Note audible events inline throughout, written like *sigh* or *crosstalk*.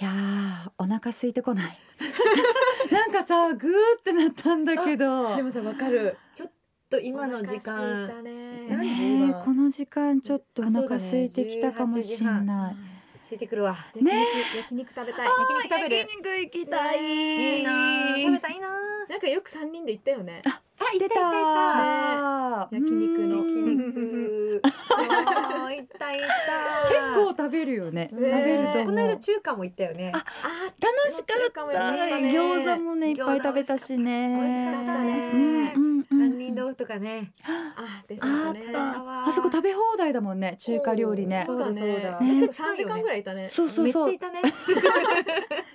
いやーお腹空いてこない *laughs* なんかさグーってなったんだけどでもさわかるちょっと今の時お腹空い間たね何時ね今えこの時間ちょっとおあそうだ腹ね空いてきたかもしんない、ついてくるわね焼肉食べたい焼肉食べる肉行きたいいいなー食べたいなーなんかよく三人で行ったよねあ出たね焼肉のうん焼肉もう行った行った結構食べるよね食べねると思うこの間中華も行ったよねああ楽しか中っ華たもやったね餃子もねいっぱい食べたしね美味しかったねうんうん杏う仁ん豆腐とかねあですあよーねあたわあそこ食べ放題だもんね中華料理ねそうだねそうだそうだめっちゃね三時間ぐらいいたねそうそうそめうっちゃいたね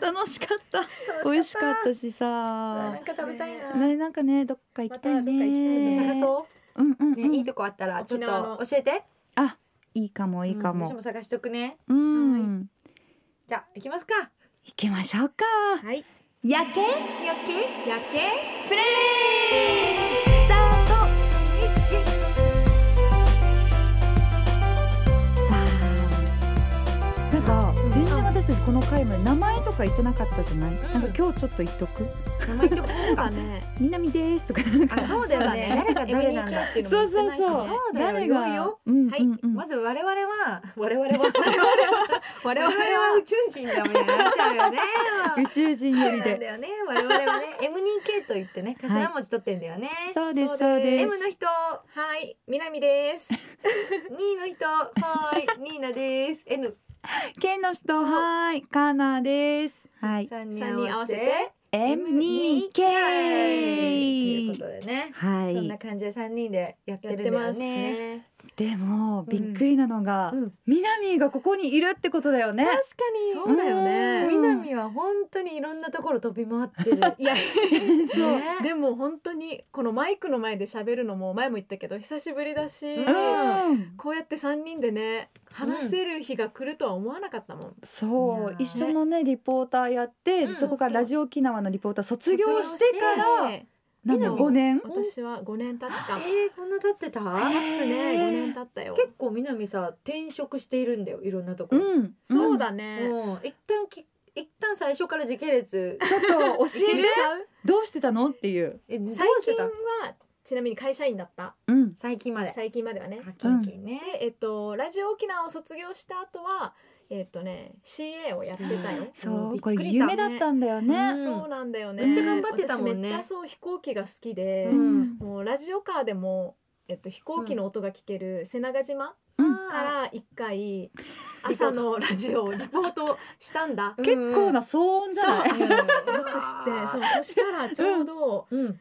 楽しかった楽し美味しかったしなさんか食べたいな、ねなんかねどっか行きたいまたどっか行きちょっとね探そううんうんう、うねんいいとこあったらちょっ沖縄との教えていいかもいいかも私も探しとくねうんじゃあ行きますか行きましょうかはい夜景やっけやっけプレイスタートさあなんか全然私たちこの回まで名前とか言ってなかったじゃない、なんか今日ちょっと言っとく名前とかそうだかね南ですとかなんかあそうだよね誰が誰なんだ MNK っていうのも言ってないしねそうそうだよ誰いよいがようんうんうんはいまず我々は我々は我我々々は宇は宙人だみたいになっちゃうよね宇宙人より *laughs* なんでだよね我々はね M2K と言ってね頭文字取ってんだよね、そうですそそううでですす M の人はい南です2の人はいニーナです N 県の人はーいカーナーですはい3三人人合合わわせせてて M2K ということでねはそんない感じで3人でやってやっるんだてよますねねでもびっくりなのが、うん南がここにいるってことだよね確かにそうだよねうん南は本当にいろんなところ飛び回ってるいやそうでも本当にこのマイクの前で喋るのも前も言ったけど久しぶりだし、うんこうやって三人でね話せる日が来るとは思わなかったもん、そいうやー一緒のねリポーターやって、うんそこからラジオ沖縄のリポーター卒業し卒て業かしてら、ねなん以だ上5年私は五年経つかえもー、こんな経ってた経つねへー五年経ったよ結構南さ転職しているんだよいろんなとこうろ、んそうだね、ね、もう一旦き一旦最初から時系列ちょっと教いけえるてちゃうどうしてたのっていう、えどうし最て近たはちなみに会社員だったうん、最近まで最近まではねあキンキンね、でえっとラジオ沖縄を卒業した後はえっとね CA をやってたよ、そうびっこくれりした夢だったんだよね、んそうなんだよねめっちゃ頑張ってたもんね私めっちゃそう飛行機が好きで、うん。もうラジオカーでも、えっと、飛行機の音が聞ける瀬長島うんから一回朝のラジオをリポートしたんだうん結構な騒音じゃない、うんよくしてそうそしたらちょうど、うん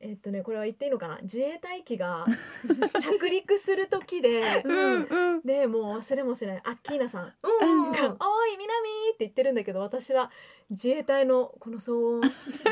えっとねこれは言っていいのかな自衛隊 *laughs* 機が着陸する時でうんうんでもう忘れもしないアッキーナさんうんが「おい南!」って言ってるんだけど私は自衛隊のこの騒 *laughs* 音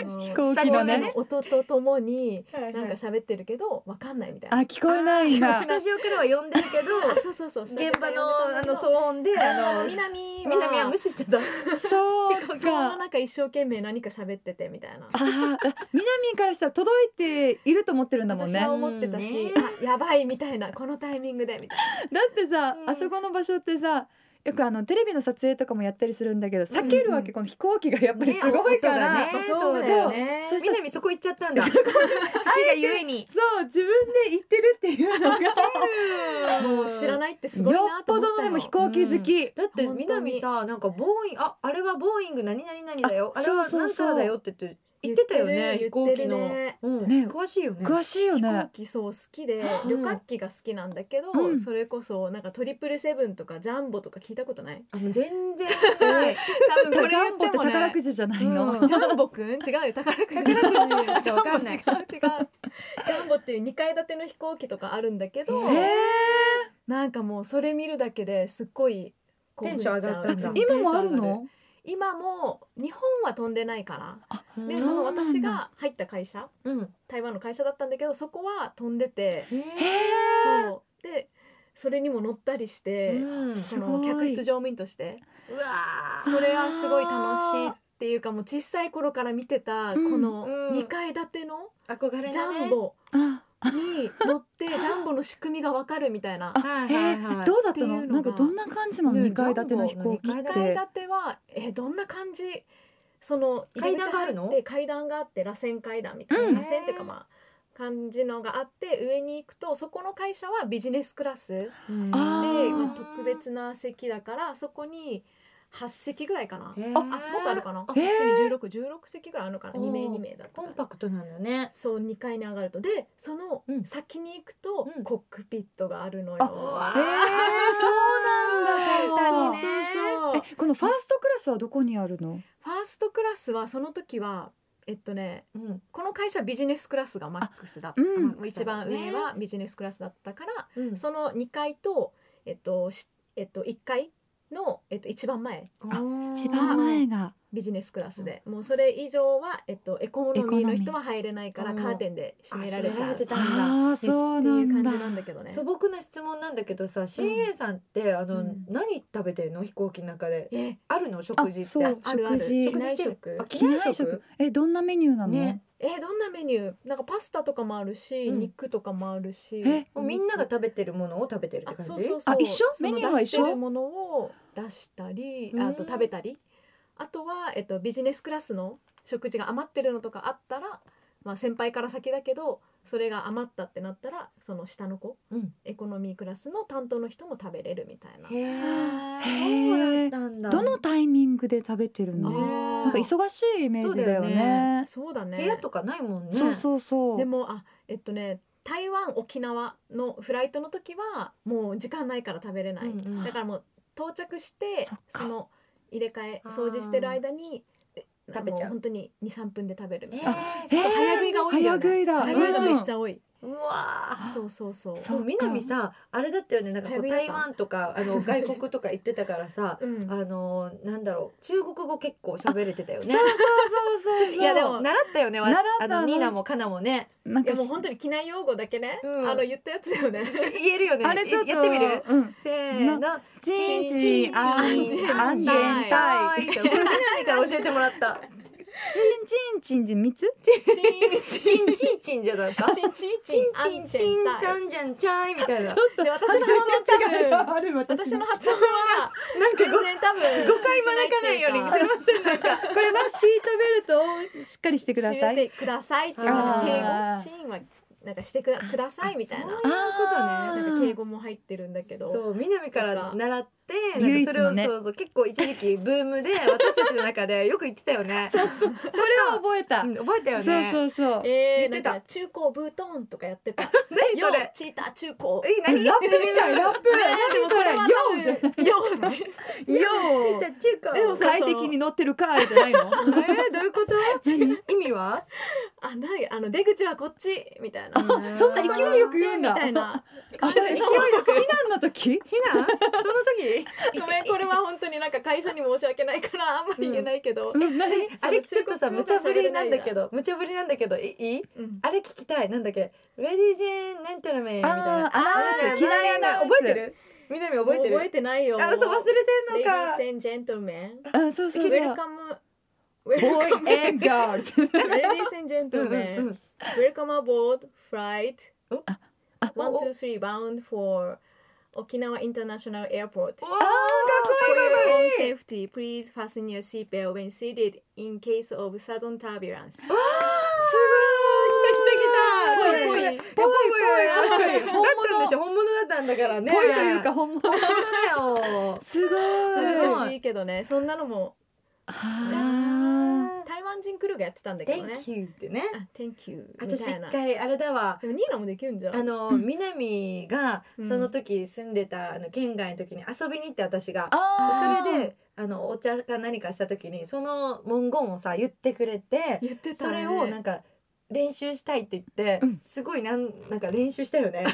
あの飛行機のね音とともにはいなんか喋ってるけどわかんないみたいあな。聞こえないんだスタジオからは呼んでる *laughs* あけそうそうそうど現場のあのう騒音であの南南は無視してたそうそのか中一生懸命何か喋っててみたいなあー南からしたら届いていると思ってるんだもん私ねは思ってたし、ねあやばいみたいなこのタイミングでみたいだってさ、うんあそこの場所ってさよくあのテレビの撮影とかもやったりするんだけど避けるわけ、うんうんこの飛行機がやっぱりすごいから、ね音がなえーそうだよねそうそしたら南そこ行っちゃったんだ *laughs* 好きがゆえにそう自分で行ってるっていうのがよもう知らないってすごいなっぽと思ったどのよでも飛行機好き、だって本当に南さなんかボーインああれはボーイング何々何だよああれはそうそう何そたうらだよって言って言ってたよね言飛っ行機てるの、言ってるねうんね詳しいよね詳しいよ飛行ね機そう好きでうん旅客機が好きなんだけど、うんそれこそなんかトリプルセブンとかジャンボとか聞いたこ *laughs* とないあもう全然ない多分こだれジャンボっ言ってても宝ねくじじゃないの、うんジャンボくん違うよ宝 *laughs* くじ宝くじしかわかんないジャンボ違う違うジャンボっていう2階建ての飛行機とかあるんだけど、えなんかもうそれ見るだけですっごい興奮しちゃうテンション上がったんだうん今もあるテンション上がの今も日本は飛んでないからうんでそそうのなんだ私が入った会社うん台湾の会社だったんだけどそこは飛んでてへへえそうでそれにも乗ったりして、うんそすのごい客室乗務員としてうわーそれはすごい楽しいっていうかもう小さい頃から見てたこのうんうん2階建ての憧れだねジャンボ、あに乗 *laughs* ってジャンボの仕組みがわかるみたいなあはいへえはいはいどうだったってのいうのがなんかどんな感じなのね2階建ての飛行機ジャっンボの二2階て建てはえどんな感じその入り口階段があるの入って階段があって螺旋階段みたいな、うん螺旋っていうかまあ感じのがあって上に行くとそこの会社はビジネスクラスで、うんあーまあ、特別な席だからそこに8席ぐらいかな、へえあもっとあるかあなこっちに1616席ぐらいあるのかなおー2名2名だったコらンパクトなんだねそう2階に上がるとでそのうん先に行くと、うんコックピットがあるのよ。あわへえそうなんだそうそうそうえこのファーストクラスはどこにあるのファーストクラスはその時はえっとねうんこの会社はビジネスクラスがマックスだった、うんまあ一番上はビジネスクラスだったから、うんその2階と、えっとしえっと、1階の、えっと、一番前あおー一番前がビジネスクラスで、もうそれ以上は、えっと、エコノミーのエコノミー人は入れないからうんカーテンで閉められちあ閉めらゃうれっててたいうんあーそうなん感だじなんだけどね素。朴な質問なんだけどさ CA さんってあのうん何食べてるの飛行機の中でえあるの食あ事ってそうあるあ食る事機食内事してる食あ機機内内食食えどんなメニューなの、ねえーどんなメニューなんかパスタとかもあるし、うん肉とかもあるしえもうみんなが食べてるものを食べてるっあてそ感うじそうそうあ一緒そメのニューは一緒出してるものを出したりうんあと食べたりあとは、えっと、ビジネスクラスの食事が余ってるのとかあったら、まあ、先輩から先だけどそれが余ったってなったらその下の子うんエコノミークラスの担当の人も食べれるみたいな。へへえそうーだったんだどのタイミングで食べてるの、ねあーなんか忙しいイメージだよそうだよねそうだね部屋とかないもんねそうそうそうでもあえっとね台湾沖縄のフライトの時はもう時間ないから食べれない、うんうんだからもう到着してそっそかの入れ替えあー掃除してる間にえ食べちゃうも本当に23分で食べるみえたいな、ーえーあと早食いが多いんだよ、早ね、食いだ早食いがめっちゃ多い、うわーそうそうそうそそう南さあれだったよねなんかこう早食い台だった湾とかあの外国とか行ってたからさうんあのなんだろう中国語結構喋れてたよねそうそうそうそういやでも習ったよねわ習ったあ習っのたニーナもカナもねなんいやかもう本当に機内用語だけね、うんあの言ったやつよね言えるよねあれちょっとやってみるうんせーのチンチンチチンンアンチンアンジェンタイこれ南から教えてもらったチンチンチンで三つチンチンチンチンじゃなかったチンチンチチンンチンチンチャンジャンチャイみたいなで私の発音多分 *laughs* ある私の発音はなんか全ご然多分誤解招かないようにすいませんなんかこれはシートベルトをしっかりしてくだ閉さめいてくださいっていうのがあー敬語チンはなんかしてくだくださいみたいなあそうなんか敬語も入ってるんだけどそう南から習ってなんかなんかそれ唯一のを、ねそうそう結構一時期ブームで私たちの中でよく言ってたよねそうそこうれを覚えたん、覚えたよねそうそうそうえ言ー、ってなんたか中高ブートンとかやってた何よそれチーター中高え何ラップみたいラップえー、でもこれは多分ようようちよちっちゃい中華でもさ快適に乗ってるかーじゃないのえー、どういうこと意味はあないあの出口はこっちみたいなあそんな勢いよく言うんだみたいなあ感れ避じの難の時避難その時ご *laughs* めんこれは本当になんか会社に申し訳ないからあんまり言えないけど、うん何そあのれちょっとさ中国無語が茶ぶ喋れりなないんんだだけど無茶ぶりなんだけどいいいうんあれ聞きたいなんだっけレディジェンなんちゃらめみたいあーなあーなんか嫌いなやつ覚えてる南覚えてる覚えてないよあ嘘忘れてんのかレディースジェントルメンあそうそうそウうェルカムウェルボカ *laughs* ムーイガールズレディースジェントルメンウェルカムアボードフライトああワンツースリーバウンドフォー沖縄インターナショナルエアポートあーかっ For your own safety, please fasten your seatbelt when seated in case of sudden turbulence. すごい来た来た来たぽいぽいぽいぽいぽいぽいだったんでしょ本物だったんだからねぽいというかほんま本当だよすごすごいい難しいけどね、そんなのもあ台湾人クルーがやってたんだけどね。 Thank you ってねあ、Thank you み私たい一な。で回あれだわもニーナもできるんじゃん。あのうん南がうんその時住んでたあの県外の時に遊びに行って私があそれであのお茶か何かした時にその文言をさ言ってくれて言ってた、そね。れをなんか練習したいって言ってうんすごいなんなんか練習し *laughs* たよね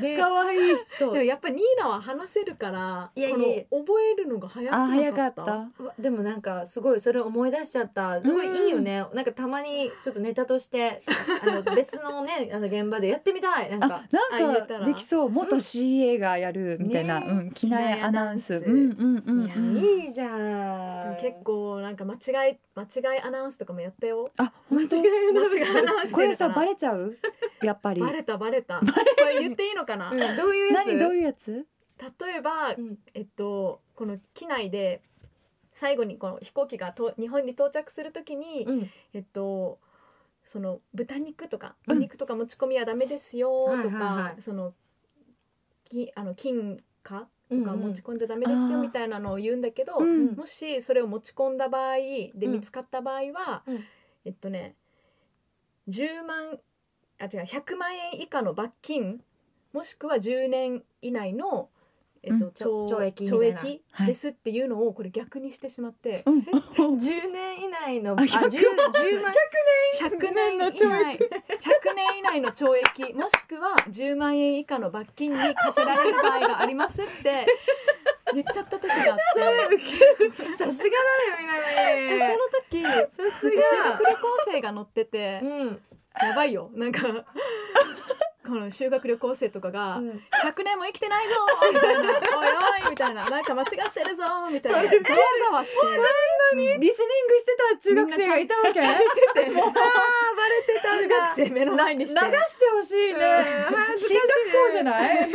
でかわいいそうでもやっぱニーナは話せるからいやいやいやこの覚えるのが早くなあ早かかっったたうわでもなんかすごいそれ思い出しちゃったすごいいいよね、なんかたまにちょっとネタとしてあの別のねあの現場でやってみたいなんかあなんかできそう元 CA がやるみたいな、ねうん、機内アナウンス機内うアナウんンうんうんういやんいいじゃん結構なんか間違い間違いアナウンスとかもやったよあ間本当違い間 *laughs* な違いアナウンスこれさバレレちゃうやっぱりバレたバレた。これ言っていいのかな。うん例どういうやつ何どういうやつえばうんえっとこの機内で最後にこの飛行機がと日本に到着するときに、うんえっとその豚肉とかおうん肉とか持ち込みはダメですよとか、はいはいはいそのきあの金貨うんとか持ち込んじゃダメですあーよみたいなのを言うんだけど、うんもしそれを持ち込んだ場合でうん見つかった場合は、うんえっとね10万あ違う100万円以下の罰金もしくは10年以内の、えっとうん懲懲役みた懲いな役はいですっていうのをこれ逆にしてしまって。 *laughs* うん10年以内のあ100万 10, 10万100年以 *laughs* 内100年以内の懲役もしくは10万円以下の罰金に課せられる場合がありますって言っちゃった時があっさすてがだねでみなみその時さす修学が旅行生が乗っててうんやばいよなんかこの修学旅行生とかがうん「100年も生きてないぞ!」みたいな「おいおい!」みたいな「なんか間違ってるぞ!」みたいなざわざわしてリスニングしてた中学生がいたわけててバレてた中んだ学生目の前にして。流してほしいね恥ず進かしいね学校じゃない違う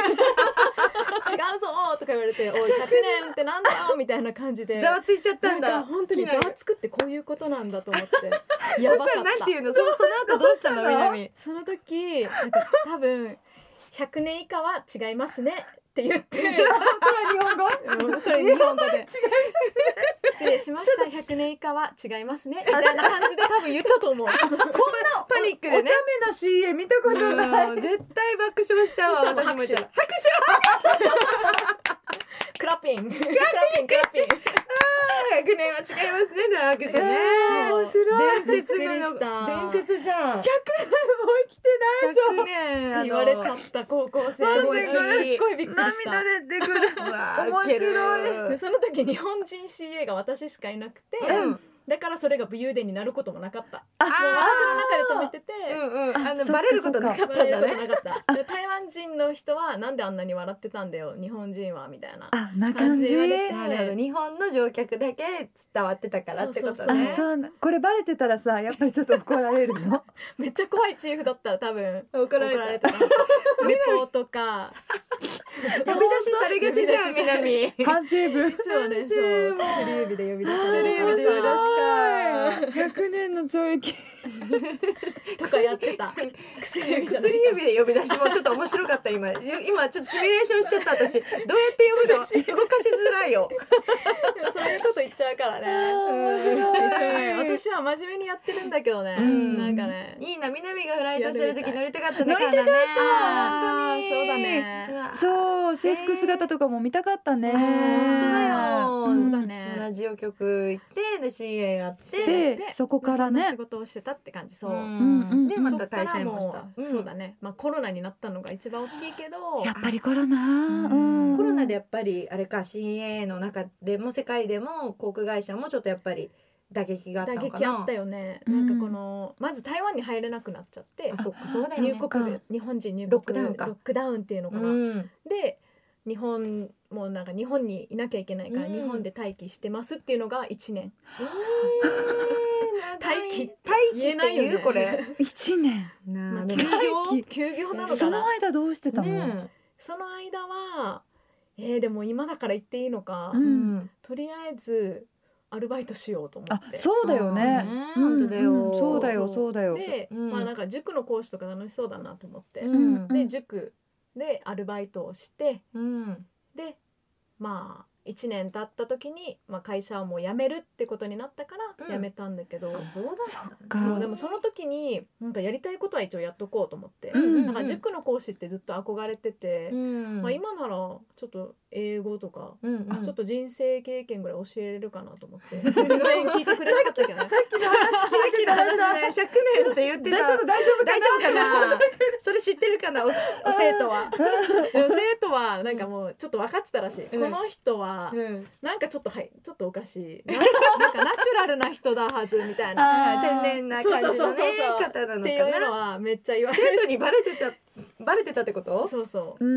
ぞーとか言われて「おい100年ってなんだよ」みたいな感じ *laughs* でざわついちゃったんなんだか本当にざわつくってこういうことなんだと思って *laughs* やそばしかったらなんていうのそ *laughs* その後どうしたのみなみその時なんか多分100年以下は違いますねって *laughs* 言って日本語うんこれ日本語で失礼しました100年以下は違いますねみたいな感じで多分言っ *laughs* たと思うパニックお茶でね目な CA 見たことないうん絶対爆笑しちゃうそしたわら私もうもじゃあ拍クラッピングクラッピングクラッピング100年は違いますね大拍手ね、えー面白い伝説びっくりしたなの伝説じゃん100もう生きてないぞ年って言われちゃった高校生なんすごいでこれすっごいびっくりした涙出てくるうわー面白いウケでるその時日本人 CA が私しかいなくて、うんだからそれが武勇伝になることもなかったあもう私の中で止めてて、うんうんあそっのかバレることなかったバんだレるこねとなかったで台湾人の人はなんであんなに笑ってたんだよ日本人はみたいなあな感感じじ言われてなるほど日本の乗客だけ伝わってたからってことそうそうあねそうなこれバレてたらさやっぱりちょっと怒られる *laughs* のめっちゃ怖いチーフだったら多分怒られ怒られた *laughs* てた無双とか呼び出しされがちじゃん呼び出しされ南反省文いつもねそう先生も薬指で呼び出され薬る指で呼び出しか100年の懲役とかやってた薬指じゃない薬指で呼び出しもちょっと面白かった今今ちょっとシミュレーションしちゃった私どうやって呼ぶの動かしづらいよそういうこと言っちゃうからね面一応ね白い私は真面目にやってるんだけどね、うんなんかねいいな南がフライトしてる時乗りたかったね乗りたかったカンナ本当ねあーにそうだねうわそう制服姿とかも見たかったね、えー本当だよそうだラねジオ局行ってで CA やってでそこからねそんな仕事をしてたって感じそう、んうんうんでうんまた会社にもしたそっからもうそうだねねまあコロナになったのが一番大きいけどやっぱりコロナ、ううんん、コロナでやっぱりあれか CA の中でも世界でも航空会社もちょっとやっぱり打撃があった打のか撃なあったよね、うんなんかこのまず台湾に入れなくなっちゃってあそっかそうだよね入国で日本人入国ロックダウンかロックダウンっていうのかな、うんで日本もうなんか日本にいなきゃいけないからうん日本で待機してますっていうのが1年、えー長い待機待機言えないよってねいうこれ。 *laughs* 一年まなああ休で業も待休業なのかそなの間どうしてたの、ねその間はえー、でも今だから言っていいのか、うえんとりあえずアルバイトしようと思っあてそうだよねあーね本当だようんうんそうだよそうそうだよで、うんまあなんか塾の講師とか楽しそうだなと思って、うんで塾でアルバイトをしてうんでまあ1年経った時に、まあ、会社をもう辞めるってことになったかうらん辞めたんだけど、そうだそっかそうでもその時になんかやりたいことは一応やっとこうと思って、うんなんか塾の講師ってずっと憧れてて、うんまあ、今ならちょっと英語とかうんうんちょっと人生経験ぐらい教えれるかなと *laughs* 思って全然聞いてくれなかったけどねさっきの話ね100年って言ってだたちょっと大丈夫か大丈夫かなそれ知ってるかなおお生徒はでも生徒はなんかもうちょっと分かってたらしい、うんこの人はうんなんかちょっとはいちょっとおかしいななんかナチュラルな人だはずみたいなあっー天然な感じのねそうそうそうそう方なのていうかのなはめっちゃ言われ生徒にバレてたバレてたってことそうそう、う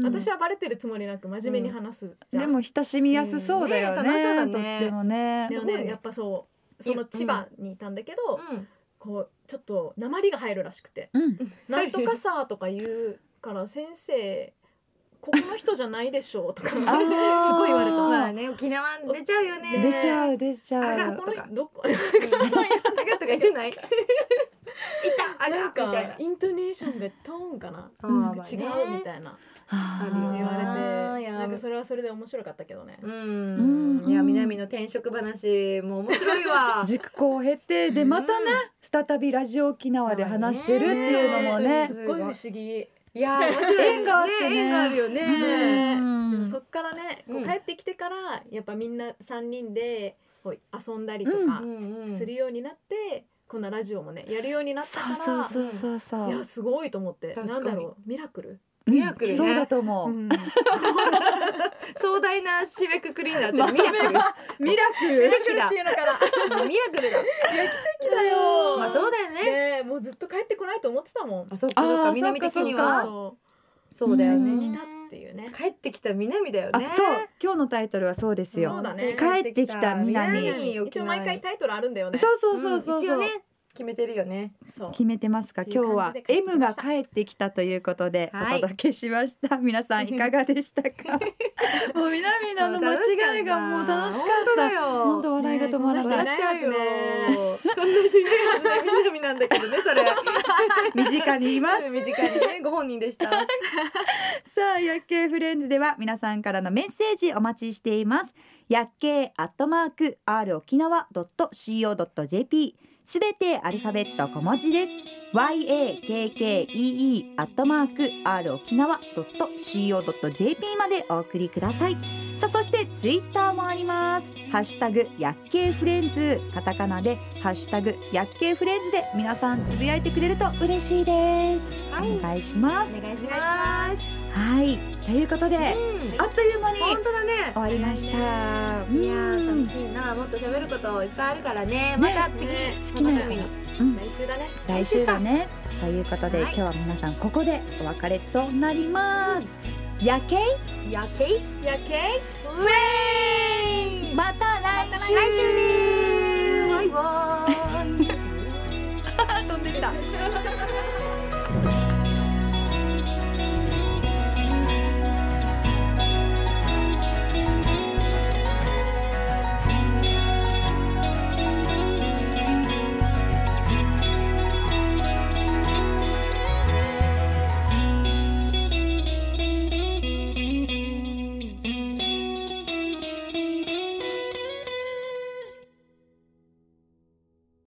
ん私はバレてるつもりなく真面目に話すじゃん、でも親しみやすそうだよね,、うんね楽しそうだねとってもねでもすごいねねやっぱそうその千葉にいたんだけど、うんこうちょっと鉛が入るらしくてうん「なんとかさ」とか言うから先生ここの人じゃないでしょうとかすごいあー *laughs* 言われた。まあね沖縄出ちゃうよね出ちゃう出ちあゃがうこの人どこあがとか言ってないいたあなんがみたいかなイントネーションがトーンかなあんーまあ違ねうみたいなあーある言よねわれてやばいなんかそれはそれで面白かったけどねううんんいや南の転職話も面白 *laughs* いわ塾校を経てでまたね再びラジオ沖縄で話してるっていうのもねすっごい不思議いや面白い縁があってね縁があるよねねうんでもそっからねこううん帰ってきてからやっぱみんな3人でこう遊んだりとかうんうんするようになってこんなラジオもねやるようになったそかうそうそうらそうそいうやすごいと思って確かなにんだろうミラクルミラクルねそうだと思う、うん壮大な締めくくりになってるミラクルミラクミルラクルっていうのからうんミラクルだ奇跡だよまあそうだよねねえもうずっと帰ってこないと思ってたもんあそっかそっあかー南的にあはそそうだよううそうんね来たっていうね帰ってきた南だよあねそう今日のタイトルはそうですそようだね帰ってきた南一応毎回タイトルあるんだよねそうそうそうそう一そ応う、ね決めてるよねそう決めてますかっていう今日は感じで帰って M きまがした帰ってきたということではいお届けしました、皆さんいかがでした *laughs* かもう南のあの間違いがもう楽しかった本本当当だ笑よいが止まらねえこんな人ないない笑っいちゃうよ *laughs* こんな人いないはずね南なんだけどね *laughs* それ身近にいます身近にねご本人でした *laughs* さあ、薬系フレンズでは皆さんからのメッセージお待ちしています。薬系アットマーク r 沖縄ドット c o ドット j p すべてアルファベット小文字です。y a k k e e アットマーク r 沖縄ドット c o ドット j p までお送りください。さあそしてツイッターもありますハッシュタグ薬系フレンズカタカナでハッシュタグ薬系フレンズで皆さんつぶやいてくれると嬉しいです、はいお願いしますお願いしますはい、ということで、うんあっという間に本当だね終わりました。いやいやー寂しいなもっと喋ることいっぱいあるからねねまた次ね好きな楽しみにうん来週だね来週だね。ということで、は今い日は皆さんここでお別れとなります。夜景夜景夜景フレンズまた来来週。週ですバイバイ飛んでた